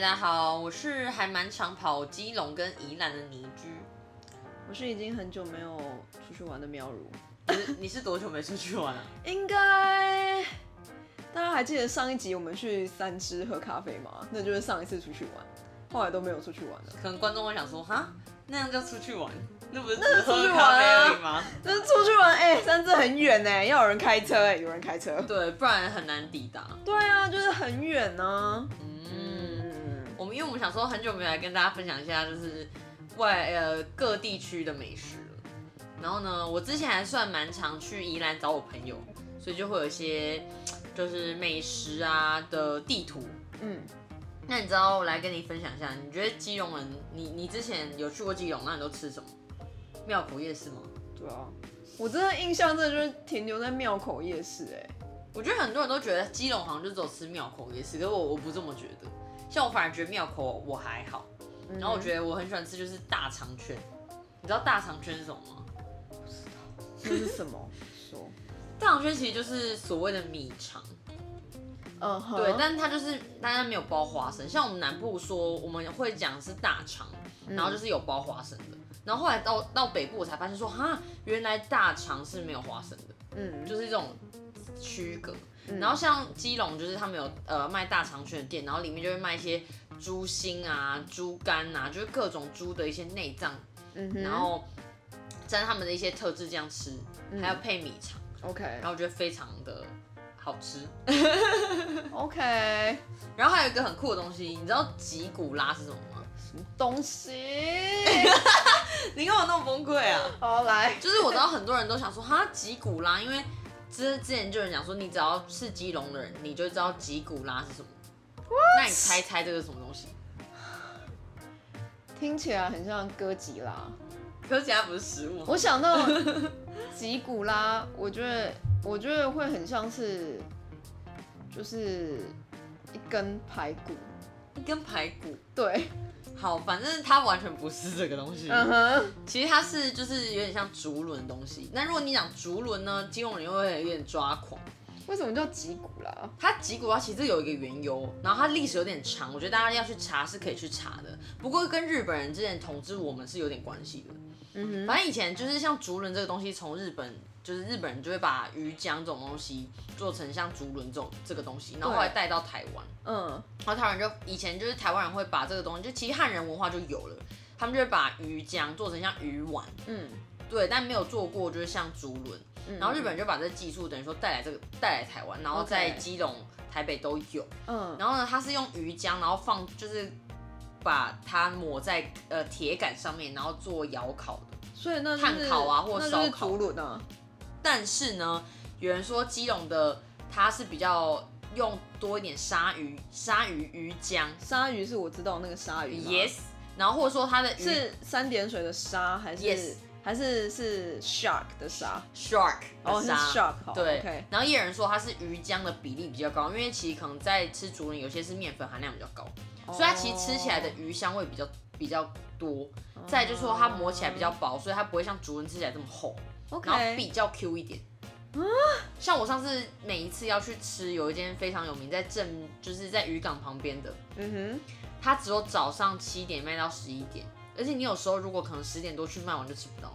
家好，我是还蛮常跑基隆跟宜兰的倪 居。我是已经很久没有出去玩的喵如，你是你是多久没出去玩了、应该大家还记得上一集我们去三芝喝咖啡吗？那就是上一次出去玩，后来都没有出去玩了。可能观众会想说，哈，那样叫出去玩？那不是只出喝去玩咖啡啊而已吗？但是出去玩，哎、三芝很远呢、要有人开车哎、有人开车。对，不然很难抵达。对啊，就是很远呢、嗯，嗯，我们因为我们想说很久没来跟大家分享一下，就是外呃各地区的美食了。然后呢，我之前还算蛮常去宜兰找我朋友，所以就会有一些就是美食啊的地图。嗯，那你知道我来跟你分享一下，你觉得基隆人，你你之前有去过基隆，那你都吃什么？庙口夜市吗？对啊，我真的印象真的就是停留在庙口夜市哎、我觉得很多人都觉得基隆好像就只有吃庙口夜市，可是我我不这么觉得。像我反而觉得庙口我还好，然后我觉得我很喜欢吃就是大肠圈，你知道大肠圈是什么吗？这是什么？ 说，大肠圈其实就是所谓的米肠，嗯哼，对，但是它就是大家没有包花生，像我们南部说我们会讲是大肠，嗯然后就是有包花生的。然后后来到到北部，我才发现说，哈，原来大肠是没有花生的，嗯，就是这种区隔。然后像基隆，就是他们有呃卖大肠圈的店，然后里面就会卖一些猪心啊、猪肝啊，就是各种猪的一些内脏，嗯哼，然后沾他们的一些特制这样吃，嗯还有配米肠， OK 然后我觉得非常的好吃。 OK，然后还有一个很酷的东西，你知道吉古拉是什么吗？东西， 你干嘛那么崩溃啊？好来，就是我知道很多人都想说哈吉古拉，因为之之前就有人讲说，你只要是基隆的人，你就知道吉古拉是什么。那你猜猜这个是什么东西？听起来很像哥吉拉。可是其他不是食物吗，我想到吉古拉，我觉得我觉得会很像是，就是一根排骨。一根排骨。对，好，反正它完全不是这个东西。嗯哼，其实它是就是有点像竹轮的东西。那如果你讲竹轮呢，基隆人又会有点抓狂。为什么叫吉古拉？它吉古拉其实有一个缘由，然后它历史有点长，我觉得大家要去查是可以去查的。不过跟日本人之前统治我们是有点关系的。嗯哼，反正以前就是像竹轮这个东西，从日本就是日本人就会把鱼浆这种东西做成像竹轮这种这个东西，然后后来带到台湾，嗯然后台湾人就以前就是台湾人会把这个东西，就其实汉人文化就有了，他们就会把鱼浆做成像鱼丸，嗯，对，但没有做过就是像竹轮，嗯然后日本人就把这技术等于说带来这个带来台湾，然后 OK 在基隆、台北都有。嗯然后呢，它是用鱼浆，然后放就是把它抹在呃铁杆上面，然后做窑烤的。所以那就是炭烤啊或那就是烧烤竹轮啊。但是呢，有人说基隆的它是比较用多一点鲨鱼、鲨鱼鱼浆鲨鱼是我知道那个鲨鱼吗，yes，然后或者说它的鱼是三点水的鲨还是嗯 Yes 还是是 shark 的鲨？ shark 的哦，是鲨。 shark 好对 OK，然后也有人说它是鱼浆的比例比较高，因为其实可能在吃竹林有些是面粉含量比较高，所以它其实吃起来的鱼香味比较比较多。再来就是说哦它磨起来比较薄，所以它不会像竹林吃起来这么厚。然后 OK，比较 Q 一点。像我上次每一次要去吃，有一间非常有名，在正就是在渔港旁边的，嗯它只有早上七点卖到十一点，而且你有时候如果可能十点多去卖完就吃不到。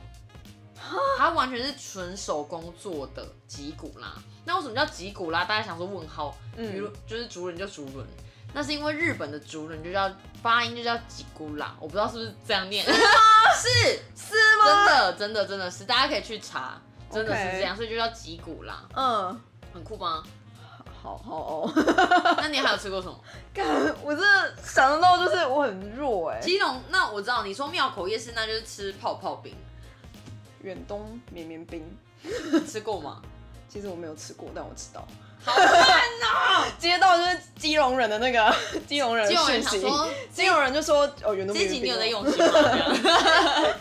它完全是纯手工做的吉古拉。那为什么叫吉古拉？大家想说问号，比如就是竹轮就竹轮，那是因为日本的竹轮就叫发音就叫吉古拉，我不知道是不是这样念， 是是吗？真的真的真的是，大家可以去查，真的是 OK 这样，所以就叫吉古拉，哼，嗯，很酷 吗？好好哦。 那你还有吃过什 么？干，我真的想得到，就是我很弱哎、基隆？那我知道你说庙口夜市，那就是吃泡泡冰，远东绵绵冰，吃过吗？其实我没有吃过，但我知道。好看，接到就是基隆人的那个 基隆人的基隆人讯想息，说基隆人就说哦，远东这绵一集绵你冰有哦在，用心 吗？这样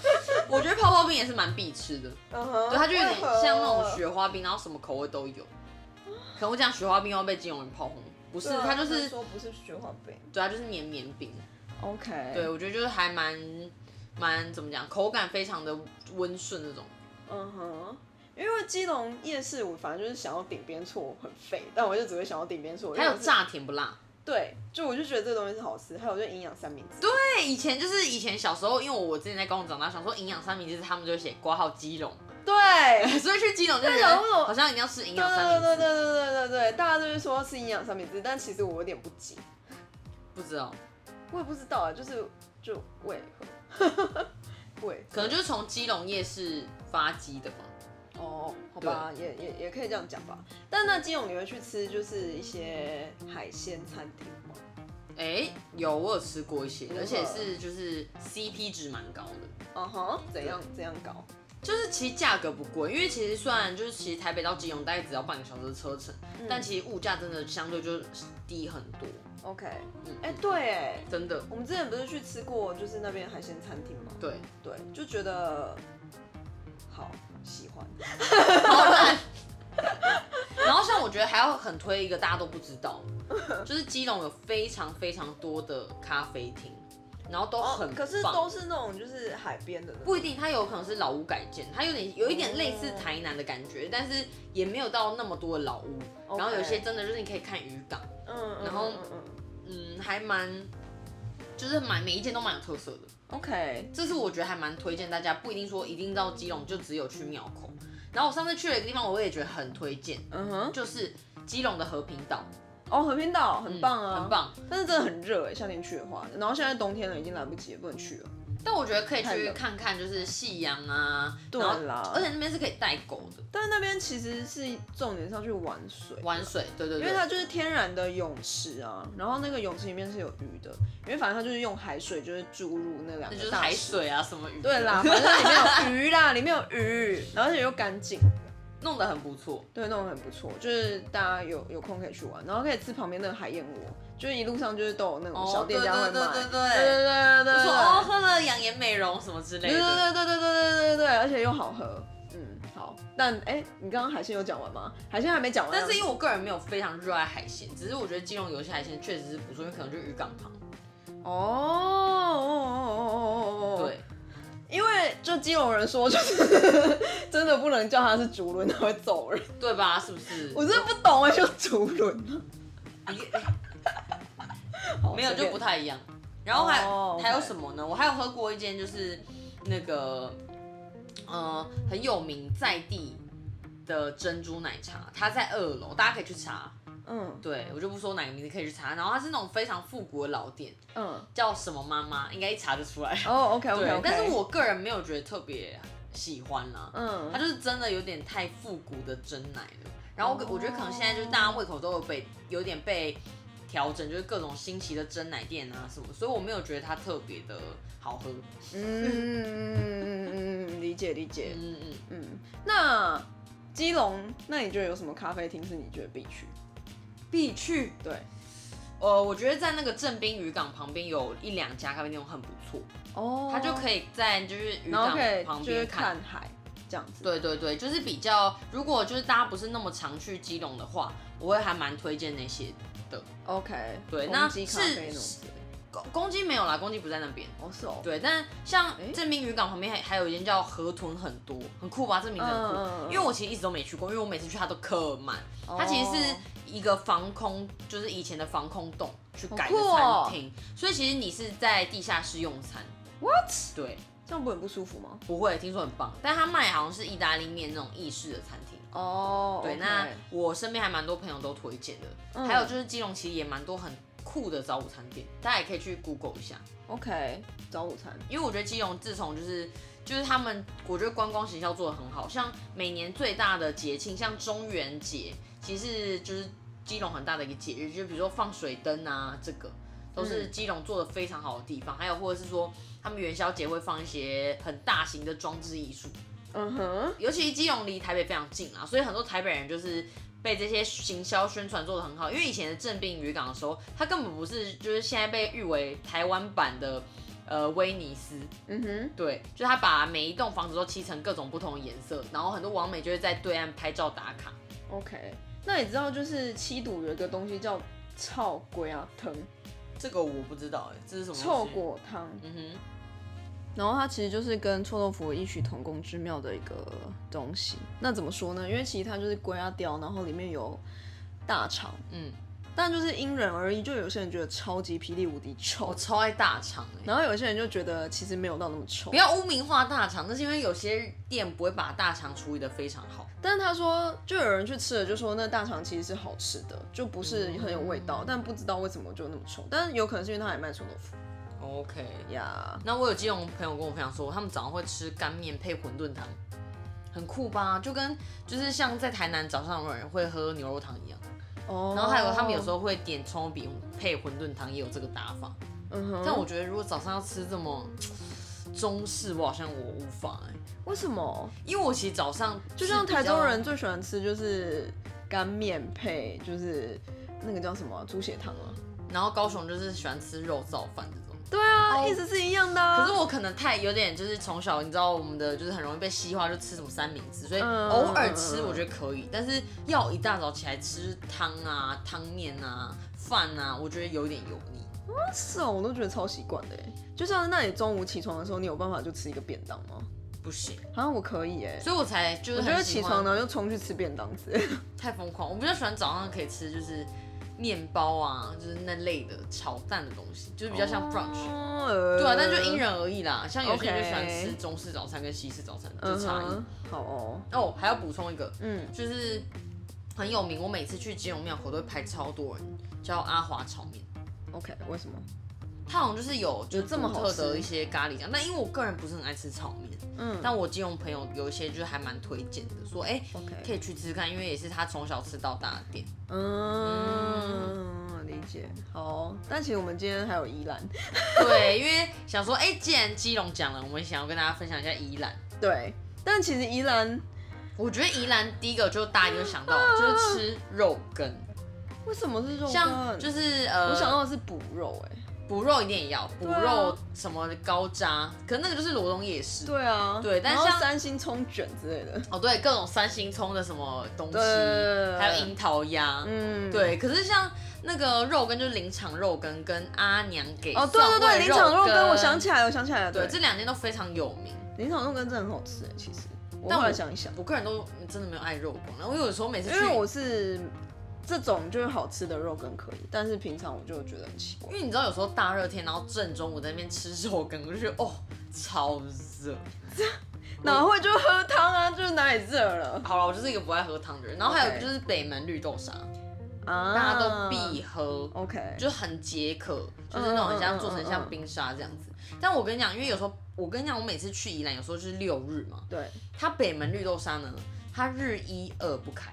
我觉得泡泡冰也是蛮必吃的。嗯哼对，它就有点像那种雪，雪花冰，然后什么口味都有。可能我讲雪花冰要被金融人炮轰，不是，啊它就是对说不是雪花冰。它就是绵绵冰。 OK，对，，我觉得就是还蛮蛮怎么讲，口感非常的温顺那种。嗯哼。因为基隆夜市，我反正就是想要顶边错很肥，但我就只会想要顶边错。还有因为我是炸甜不辣，对，就我就觉得这个东西是好吃，还有就营养三明治。对，以前就是以前小时候，因为我之前在高雄长大，想说营养三明治，他们就写挂号基隆，对所以去基隆就觉对得啊为什么好像一定要吃营对养三对啊明对对治，对对对，大家都是说是营养三明治，但其实我有点不急，不知道，我也不知道啊，就是就为何， 为可能就是从基隆夜市发迹的吧。哦，好吧，也也也可以这样讲吧。但那基隆你会去吃就是一些海鲜餐厅吗？哎、有我有吃过一些，如何而且是就是 CP 值蛮高的，嗯哼，怎样怎样搞？就是其实价格不贵，因为其实虽然就是其实台北到基隆大概只要半个小时的车程，嗯但其实物价真的相对就是低很多， OK，嗯，哎、对，哎，真的，我们之前不是去吃过就是那边海鲜餐厅吗？ 对，对，就觉得好喜欢。 然后像我觉得还要很推一个大家都不知道，就是基隆有非常非常多的咖啡厅，然哦后都很棒、哦可是都是那种就是海边的那种。不一定，它有可能是老屋改建，它有点有一点类似台南的感觉，但是也没有到那么多的老屋。 OK 然后有一些真的就是你可以看渔港，嗯，嗯然后嗯嗯嗯嗯，还蛮就是蛮每一间都蛮有特色的。 OK，这是我觉得还蛮推荐大家，不一定说一定到基隆就只有去庙口。然后我上次去了一个地方，我也觉得很推荐，嗯哼，就是基隆的和平岛，哦，和平岛嗯很棒啊，很。棒。但是真的很热哎，夏天去的话，然后现在冬天了，已经来不及了，不能去了。但我觉得可以太去冷看看，就是夕阳啊，对然后啦而且那边是可以带狗的，但是那边其实是重点是要去玩水，玩水，对对对，因为它就是天然的泳池啊，然后那个泳池里面是有鱼的，因为反正它就是用海水就是注入那两那个就是大海池水啊，什么鱼，对啦，反正里面有鱼啦， 里面有鱼，然后而且又干净，弄得很不错。对，那种很不错，就是大家有有空可以去玩，然后可以吃旁边那个海燕窝，就是一路上就是都有那种嗯小店家会卖，哦对对对对对对对对对说对哦，喝了养颜美容什么之类对对的，对对对对对对对，而且又好喝，嗯，好，但哎、你刚刚海鲜有讲完吗？海鲜还没讲完，但是因为我个人没有非常热爱海鲜，只是我觉得基隆有一些海鲜确实是不错，因为可能就渔港旁。哦哦哦哦哦哦，对，因为就基隆人说，就是真的不能叫他是竹轮，他会揍人。对吧？是不是？我真的不懂啊，就竹轮啊。 好没有随就便不太一样。然后还、哦，OK 还有什么呢？我还有喝过一间就是那个，呃，很有名在地的珍珠奶茶，它在二楼，大家可以去查。嗯对我就不说哪个名字，可以去查。然后它是那种非常复古的老店，嗯，叫什么妈妈，应该一查就出来。 哦，OK OK 对 OK，，但是我个人没有觉得特别喜欢啦、它嗯，就是真的有点太复古的真奶了。然后我、哦我觉得可能现在就是大家胃口都有被有点被调整，就是各种新奇的真奶店啊什么，所以我没有觉得它特别的好喝。嗯嗯嗯嗯，理解理解，嗯嗯，嗯，那基隆，那你觉得有什么咖啡厅是你觉得必去？必去。对，呃，我觉得在那个正滨渔港旁边有一两家咖啡店很不错，哦它就可以在就是渔然后港可以旁就是边看看海这样子。对对对，就是比较，如果就是大家不是那么常去基隆的话，我会还蛮推荐那些的。 ，OK，对公那鸡咖是啡那种之类的。公公鸡没有啦，公鸡不在那边。哦，是哦，对，但像诶正滨渔港旁边还还有一间叫河豚很多，很酷吧？这名字很酷，嗯嗯嗯因为我其实一直都没去过，因为我每次去它都客满。哦它其实是一个防空，就是以前的防空洞去改的好酷哦餐厅，所以其实你是在地下室用餐。 What？对，这样不会很不舒服吗？不会，听说很棒，但它卖好像是意大利面那种意式的餐厅。哦，对 OK 那我身边还蛮多朋友都推荐的，嗯还有就是基隆其实也蛮多很酷的早午餐店，大家也可以去 Google 一下， OK，早午餐因为我觉得基隆自从就是就是他们，我觉得观光行销做的很好，像每年最大的节庆，像中元节，其实就是基隆很大的一个节日，就比如说放水灯啊，这个都是嗯基隆做的非常好的地方，还有或者是说他们元宵节会放一些很大型的装置艺术，嗯哼，尤其基隆离台北非常近啊，所以很多台北人就是被这些行销宣传做得很好。因为以前的正滨渔港的时候，它根本不是就是现在被誉为台湾版的呃威尼斯，嗯哼，对，就它把每一栋房子都漆成各种不同的颜色，然后很多网美就会在对岸拍照打卡。 OK，那你知道就是七堵有一个东西叫臭鬼啊汤，这个我不知道哎、这是什么？臭。果汤，嗯哼，然后它其实就是跟臭豆腐异曲同工之妙的一个东西。那怎么说呢？因为其实它就是龟啊雕，然后里面有大肠，嗯，但就是因人而异，就有些人觉得超级霹雳无敌臭我，超爱大肠哎、然后有些人就觉得其实没有到那么臭不。要污名化大肠，那是因为有些店不会把大肠处理的非常好。但是他说，就有人去吃了，就说那大肠其实是好吃的，就不是嗯很有味道，但不知道为什么就那么臭。但是有可能是因为他还卖臭豆腐 OK，呀。那我有基隆朋友跟我分享说，他们早上会吃干面配馄饨汤，很酷吧？就跟就是像在台南早上有人会喝牛肉汤一样，哦、然后还有他们有时，候会点葱油饼配馄饨汤，也有这个打法。嗯哼，但我觉得如果早上要吃这么中式，我好像我无法哎、为什么？因为我其实早上就像台中人最喜欢吃就是干面配，就是那个叫什么啊、猪血汤啊。是比较，然后高雄就是喜欢吃肉燥饭这种。对啊，哦意思是一样的、啊。可是我可能太有点，就是从小你知道我们的就是很容易被西化，就吃什么三明治，所以嗯偶尔吃我觉得可以，但是要一大早起来吃汤啊、汤面啊、饭啊，我觉得有点油腻。是哦，我都觉得超习惯的耶。就像是那你中午起床的时候，你有办法就吃一个便当吗？不行，好像我可以哎，所以我才就是我很觉得喜起欢床呢就冲去吃便当子。太疯狂，我比较喜欢早上可以吃就是面包啊，就是那类的炒蛋的东西，就是比较哦像 brunch。对对啊，但就因人而异啦。像有些人 OK 就喜欢吃中式早餐跟西式早餐，就嗯差异。哼，好哦，哦，还要补充一个，嗯，就是很有名，我每次去基隆庙口都会排超多人，叫阿华炒面。 OK，为什么？它好像就是有就有这么独特好的吃一些咖喱酱，但因为我个人不是很爱吃炒面，嗯但我基隆朋友有一些就是还蛮推荐的，说哎、可，OK，以去吃吃看，因为也是他从小吃到大的店。嗯，理解，好哦。但其实我们今天还有宜兰，对，因为想说哎、既然基隆讲了，我们想要跟大家分享一下宜兰。对，但其实宜兰我觉得宜兰第一个就大家就想到了就是吃肉羹，为什么是肉像羹？就是呃，我想到的是补肉，哎，补肉一定也要补对啊肉什么高渣，可是那个就是罗东夜市。对啊，对但然后像三星葱卷之类的，哦，对，各种三星葱的什么东西，对还有樱桃鸭，嗯，。对。可是像那个肉羹，就是林场肉羹跟阿娘给哦，对对对，林场肉羹，我想来，起来了，我想起来了，对，对，这两间都非常有名。林场肉羹真的很好吃，哎，其实我但后来我想一想，我个人都真的没有爱肉羹，然后我有时候每次因去，为我是这种就是好吃的肉羹可以，但是平常我就觉得很奇怪因。为你知道有时候大热天，然后正中午在那边吃肉羹，我就觉得哦超热。哪会就喝汤啊？就是哪里热了好了，我就是一个不爱喝汤的人。然后还有 OK 就是北门绿豆沙，啊大家都必喝。 OK，就很解渴，就是那种很像做成像冰沙这样子。但我跟你讲，因为有时候我跟你讲，我每次去宜兰，有时候就是六日嘛，对，它北门绿豆沙呢，它日一二不开，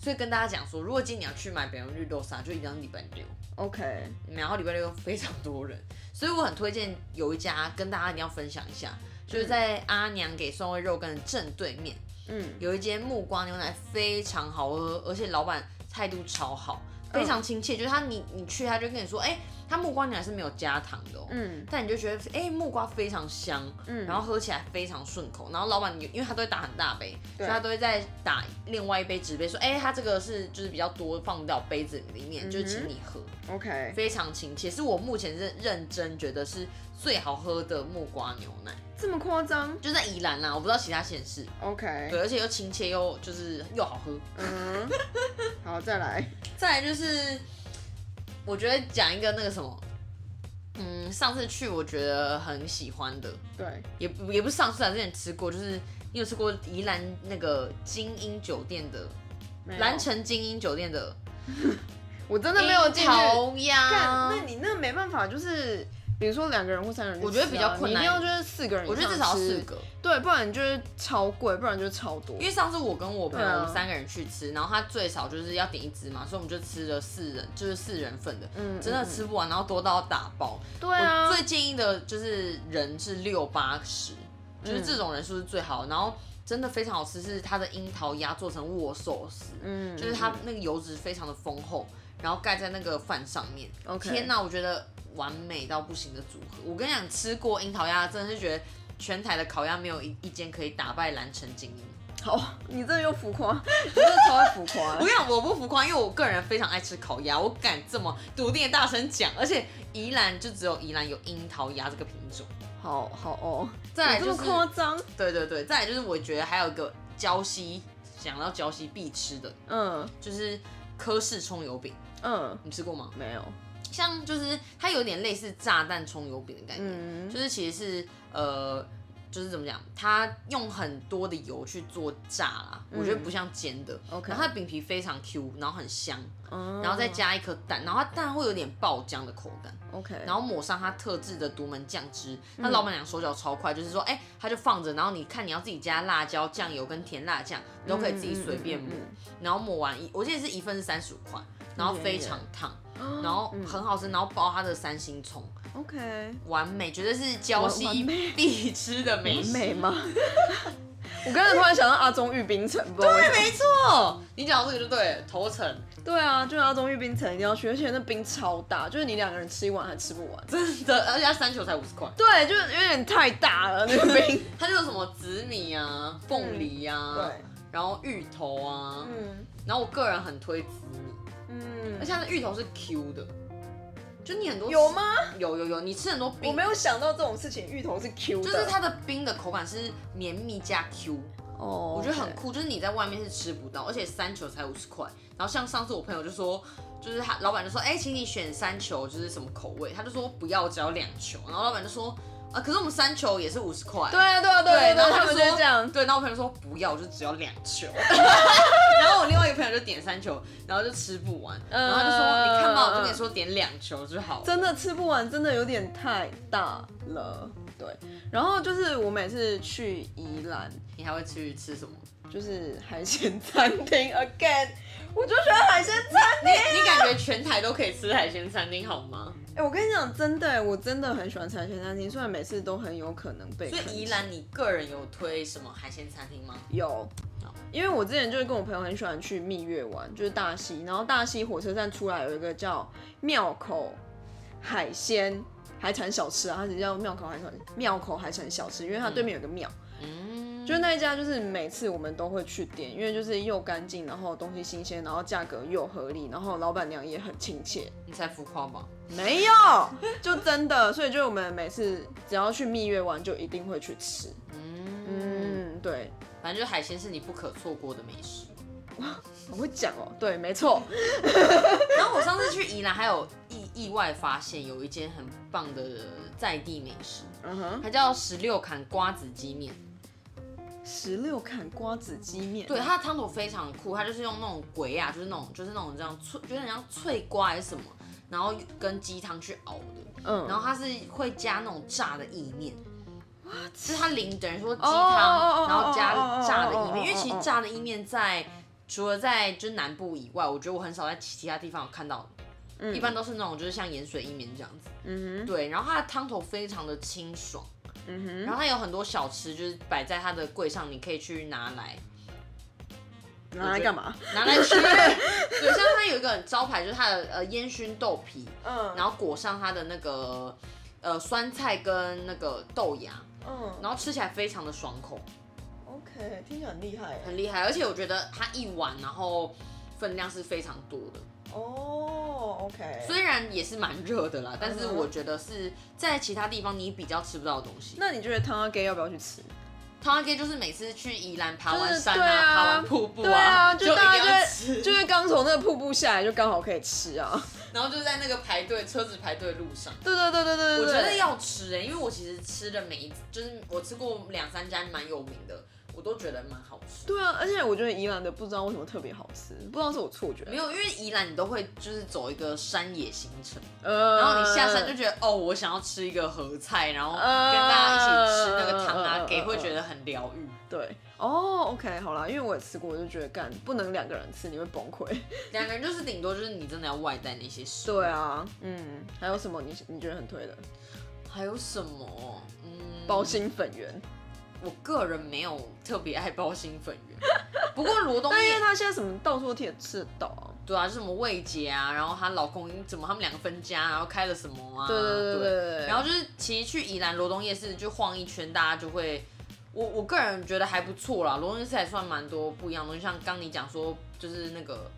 所以跟大家讲说，如果今年要去买北门绿豆沙，就一定要礼拜六， OK，然后礼拜六又非常多人，所以我很推荐有一家跟大家一定要分享一下，就是在阿娘给蒜味肉羹的正对面，嗯，有一间木瓜牛奶非常好喝，而且老板态度超好，非常亲切。就是他你你去，他就跟你说，哎、他木瓜牛奶是没有加糖的哦、嗯但你就觉得，哎、木瓜非常香，嗯然后喝起来非常顺口。然后老板，因为他都会打很大杯，所以他都会再打另外一杯纸杯，说，哎、他这个是就是比较多放到杯子里面，就是请你喝， OK，非常亲切，是我目前认认真觉得是最好喝的木瓜牛奶，这么夸张就在宜兰啦，啊我不知道其他县市。 ？OK，对，而且又亲切又就是又好喝。嗯， 好，再来，再来就是，我觉得讲一个那个什么，嗯，上次去我觉得很喜欢的，对，也不也不是上次啊，之前吃过，就是你有吃过宜兰那个精英酒店的没有蓝，城精英酒店的我真的没有进去。桃干呀那？你那没办法，就是比如说两个人或三个人去吃啊，我觉得比较困难你一定要就是四个人以我上觉得吃，至少要四个，对，不然就是超贵，不然就是超多因。为上次我跟我朋友对啊我们三个人去吃，然后他最少就是要点一只嘛，所以我们就吃了四人，就是四人份的，嗯真的嗯吃不完，然后多到打包。对我啊，最建议的就是人是六八十，就是这种人数是最好的。然后真的非常好吃，是它的樱桃鸭做成握寿司，嗯，就是它那个油脂非常的丰厚，然后盖在那个饭上面。 OK 天哪，我觉得完美到不行的组合。我跟你讲，吃过樱桃鸭，真的是觉得全台的烤鸭没有一一间可以打败蓝城精 英。 好，你这又浮夸， 你真的超爱浮夸我。跟你讲，我不浮夸，因为我个人非常爱吃烤鸭，我敢这么笃定的大声讲。而且宜兰就只有宜兰有樱桃鸭这个品种。好好哦，再来有就这是么夸张，对对对，再来就是我觉得还有一个礁溪，想到礁溪必吃的嗯就是科氏葱油饼，嗯，你吃过吗？没有，像就是它有点类似炸弹葱油饼的概念，嗯就是其实是呃，就是怎么讲，它用很多的油去做炸啦，我觉得不像煎的。 ，OK，然后它的饼皮非常 Q，然后很香，嗯然后再加一颗蛋，然后它蛋会有点爆浆的口感， OK，然后抹上它特制的独门酱汁。那老板娘手脚超快，就是说，哎、她就放着，然后你看你要自己加辣椒、酱油跟甜辣酱，你都可以自己随便抹。嗯嗯然后抹完一，我记得是一份是三十五块，然后非常烫，哦然后很好吃，然后包它的三星葱，嗯嗯 OK，完美，绝对是礁完溪完美 必吃的美食。美吗？我刚才突然想到阿中玉冰城，不知道为什么没错， 你讲到这个就对了，头层对啊，就是阿中玉冰城一定要去，而且那冰超大，就是你两个人吃一碗还吃不完。真的，而且它三球才五十块。对，就是有点太大了那个 冰。它就有什么紫米啊、凤梨啊，，然后芋头啊，嗯然后我个人很推紫米，嗯，而且它的芋头是 Q 的，就你很多有？吗？有有有，你吃很多我冰没，有想到这种事情，芋头是 Q 的，就是它的冰的口感是绵密加 Q，哦，我觉得很酷，就是你在外面是吃不到，而且三球才五十块。然后像上次我朋友就说，就是他老板就说，哎、请你选三球，就是什么口味，他就说不要，只要两球。然后老板就说，啊，可是我们三球也是五十块。对啊对啊对啊对，对然啊，后他他们们就会这样，对，然后我朋友说不要，就只要两 球。然后我另外一个朋友就点三球，然后就吃不完，嗯然后他就说你看吧，我就跟你说点两球就好了。真的吃不完，真的有点太大了。对，然后就是我每次去宜兰，你还会去吃什么？就是海鲜餐厅 again，我就喜欢海鲜餐厅。你感觉全台都可以吃海鲜餐厅好吗？哎、我跟你讲，真的，我真的很喜欢吃海鲜餐厅，虽然每次都很有可能被所坑。以宜兰，你个人有推什么海鲜餐厅吗？有，因为我之前就是跟我朋友很喜欢去蜜月玩，就是大溪，然后大溪火车站出来有一个叫庙口海鲜海产小吃啊，它只叫庙口海产庙口海产小吃，因为它对面有个庙，嗯，就是那一家就是每次我们都会去点，因为就是又干净，然后东西新鲜，然后价格又合理，然后老板娘也很亲切，你才浮夸吧？没有，就真的，所以就我们每次只要去蜜月玩就一定会去吃，嗯，嗯，对，反正就是海鲜是你不可错过的美食。我会讲哦，对，没错。然后我上次去宜兰，还有意意外发现有一间很棒的在地美食，嗯哼，它叫十六坎瓜子鸡面。十六砍瓜子鸡面，对，，它的汤头非常酷，它就是用那种鬼啊，就是那种就是那种这样脆，就是很像脆瓜还是什么，然后跟鸡汤去熬的，嗯，然后它是会加那种炸的意面。就是它淋等于说鸡哦哦哦汤，然后加哦哦哦炸的意哦哦哦面，因为其哦实哦炸的意面在除了在就是南部以外，我觉得我很少在其他地方有看到，一般都是那种就是像盐水意面这样子。嗯对，然后它的汤头非常的清爽，哼，嗯哼，然后它有很多小吃就是摆在它的柜上，你可以去拿来拿来干嘛？拿来吃。对，像它有一个很招牌，就是它的呃烟熏豆皮，嗯然后裹上它的那个呃酸菜跟那个豆芽，嗯然后吃起来非常的爽口， ，OK，听起来很厉害欸很厉害。而且我觉得它一碗，然后分量是非常多的，哦，OK，以虽然也是蛮热的啦，但是嗯我觉得是在其他地方你比较吃不到的东西。那你觉得汤阿给要不要去吃？汤阿 K 就是每次去宜兰爬完山就是对啊爬完瀑布对啊，就就大一定家要 就会吃，就是刚从那个瀑布下来，就刚好可以吃啊。 然后就在那个排队车子排队的路上。 对对对对对我对，觉得要吃哎、因为我其实吃的每一，就是我吃过两三家蛮有名的，我都觉得蛮好吃。对啊，而且我觉得宜兰的不知道为什么特别好吃，不知道是我错觉，没有，因为宜兰你都会就是走一个山野行程，呃，然后你下山就觉得哦，我想要吃一个合菜，然后跟呃大家一起吃那个汤啊，给会觉得很疗愈。对哦，OK，好啦，因为我也吃过，我就觉得干不能两个人吃，你会崩溃。两个人就是顶多就是你真的要外带那些食物。对啊，嗯，还有什么你你觉得很推的？还有什么？嗯，包心粉圆，我个人没有特别爱包心粉圆，不过罗东 但哦因为也它现在什么到处都可以吃得到啊。对啊，就是什么魏姐啊，然后她老公怎么他们两个分家，然后开了什么啊？对对对对对对然后就是其实去宜兰罗东夜市就晃一圈，大家就会，我我个人觉得还不错啦。罗东夜市还算蛮多不一样的东西，像刚你讲说就是那个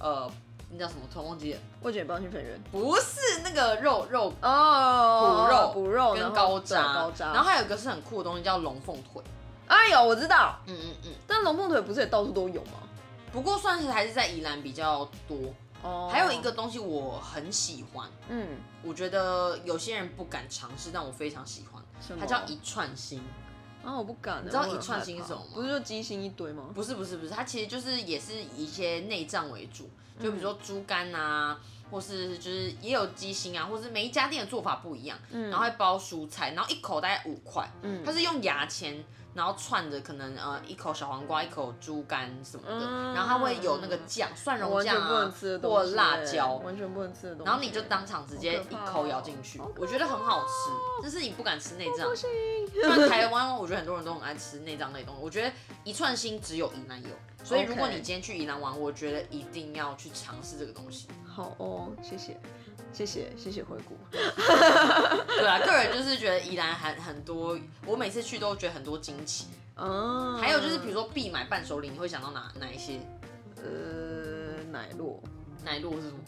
呃，那叫什么？突然忘记了，我姐包心粉圆不是那个肉肉。哦补补肉肉跟高渣，高渣，然后还有一个是很酷的东西叫龙凤腿，哎呦我知道，嗯嗯嗯，但龙凤腿不是也到处都有吗？不过算是还是在宜兰比较多。哦，还有一个，东西我很喜欢，嗯，我觉得有些人不敢尝试，但我非常喜欢。什么它叫一串心，啊，我不敢。你知道一串心是什么吗不是就鸡心一堆吗？不是不是不是，它其实就是也是以一些内脏为主，就比如说嗯猪肝啊，或是就是也有鸡心啊，或是每一家店的做法不一样，然后会包蔬菜，然后一口大概五块，嗯它是用牙签，然后串着可能呃一口小黄瓜，一口猪肝什么的，嗯然后它会有那个酱，蒜我蓉完全酱不能啊吃的东西欸或辣椒，完全不能吃的东西。然后你就当场直接好可一怕哦口咬进去，我觉得很好吃，但是你不敢吃内脏。但台湾我觉得很多人都很爱吃内脏类的东西，我觉得一串心只有宜兰有，所以 OK 如果你今天去宜兰玩，我觉得一定要去尝试这个东西。好哦，谢谢，谢谢，谢谢回顾。对啊， 个人就是觉得宜兰还很多，我每次去都觉得很多惊奇。啊，还有就是比如说必买伴手礼，你会想到哪哪一些？呃，奶酪奶酪是什么？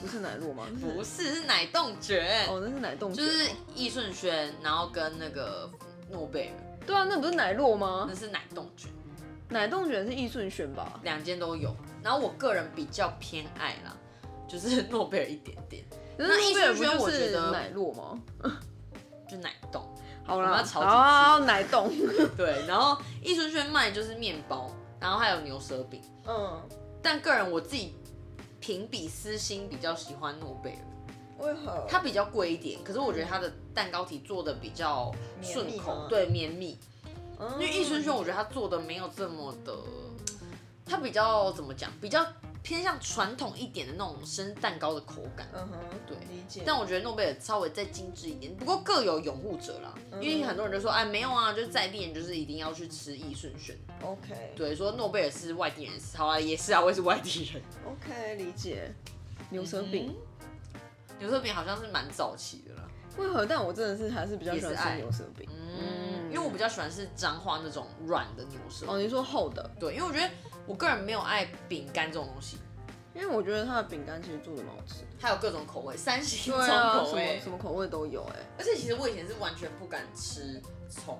不是奶酪吗？不是，是奶冻卷，哦，那是奶冻卷嗯就哦，是易顺轩，然后跟那个诺贝尔，对啊，那不是奶酪吗那？是奶冻卷。奶冻卷是易顺轩吧？两间都有。然后我个人比较偏爱啦，就是 诺贝尔一点点，可那是易诺贝尔不顺轩我就觉是得奶酪吗？就奶冻。好我们啦要，吵几次好奶 冻，对，然后益顺轩卖就是面包，然后还有牛舌饼。嗯，但个人我自己评比私心比较喜欢诺贝尔，为何？它比较贵一点，可是我觉得它的蛋糕体做的比较顺绵密口吗，对，绵密。嗯因为益顺轩我觉得它做的没有这么的，它比较怎么讲，比较偏向传统一点的那种生蛋糕的口感。嗯哼，对理解但我觉得诺贝尔稍微再精致一点，不过各有拥护者啦。嗯因为很多人就说，哎，没有啊，就是在地人就是一定要去吃益顺轩。 OK 对，说诺贝尔是外地人，好啊，也是啊，我也是外地人。 OK 理解。牛舌嗯饼、牛舌饼好像是蛮早期的啦，为何？但我真的是还是比较喜欢也是爱吃牛舌饼。嗯，因为我比较喜欢是彰化那种软的牛舌。哦，你说厚的，对，因为我觉得我个人没有爱饼干这种东西，因为我觉得它的饼干其实做的蛮好吃的。还有各种口味，三星葱对啊，口什味么什。么口味都有哎、而且其实我以前是完全不敢吃葱。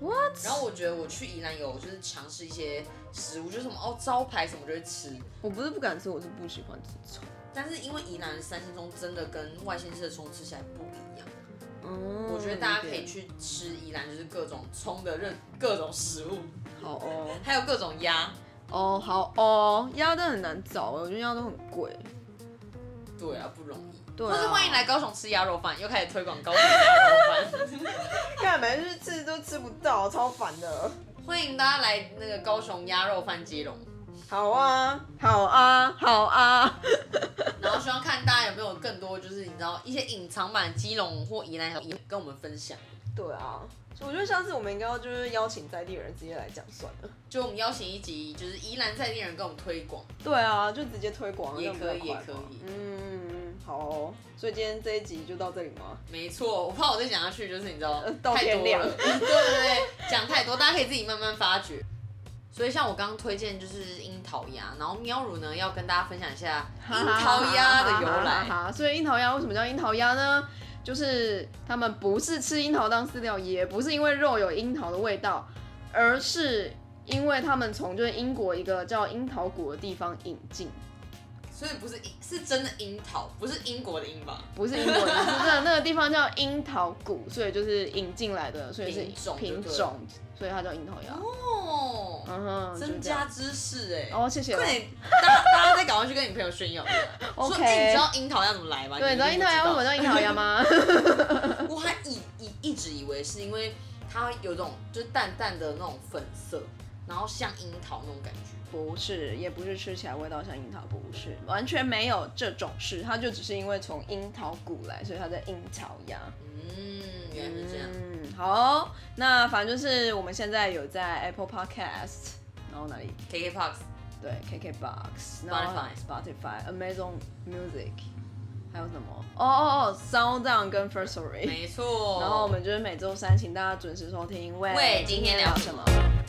What？然后我觉得我去宜兰有就是尝试一些食物，就是什么哦招牌什么就会吃，我不是不敢吃，我是不喜欢吃葱。但是因为宜兰的三星葱真的跟外县市的葱吃起来不一样，嗯，我觉得大家可以理解。去吃宜兰就是各种葱的任各种食物，好哦，还有各种鸭，哦好哦，鸭蛋很难找哎，我觉得鸭都很贵。对啊不容易。对啊或是欢迎来高雄吃鸭肉饭，又开始推广高雄鸭肉饭。 干嘛就是吃都吃不到，超烦的。欢迎大家来那个高雄鸭肉饭接龙，好啊，好啊，好啊。然后希望看大家有没有更多就是你知道一些隐藏版基隆或宜兰小跟我们分享。对啊，我觉得下次我们应该要就是邀请在地人直接来讲算了。就我们邀请一集，就是宜兰在地人跟我们推广，对啊，就直接推广也可以这样比较快嘛也可以嗯，好哦、所以今天这一集就到这里吗？没错。我怕我再讲下去，就是你知道、呃到太天多亮了， 对对对，讲太多，大家可以自己慢慢发掘。所以像我刚刚推荐就是樱桃鸭，然后喵乳呢要跟大家分享一下樱桃鸭的由来。哈，所以樱桃鸭为什么叫樱桃鸭呢？就是他们不是吃樱桃当饲料，也不是因为肉有樱桃的味道，而是因为他们从就是英国一个叫樱桃谷的地方引进，所以不是樱是真的樱桃，不是英国的樱吧？不是英国的，是真的那个地方叫樱桃谷，所以就是引进来的，所以是品种就对了品种，所以它叫樱桃鸭。哦，嗯哼，增就这样加知识哎、哦，谢谢哦。快点，大大家再赶快去跟你朋友炫耀一下。说 OK 哎你知道樱桃鸭怎么来吗？对，你知道樱桃一定鸭为不什么叫樱桃鸭吗？我还以以一直以为是因为它有种就是淡淡的那种粉色，然后像樱桃那种感觉。不是，也不是吃起来味道像樱桃，不是，完全没有这种事。它就只是因为从樱桃谷来，所以它叫樱桃鸭。嗯，原来是这样。嗯，好哦、那反正就是我们现在有在 Apple Podcast，然后哪里？ KKBox 对，KKBox，然后 Spotify、Amazon Music，还有什么？哦哦哦，Sound On 跟 First Story。没错。然后我们就是每周三，请大家准时收听。喂今天聊什什么么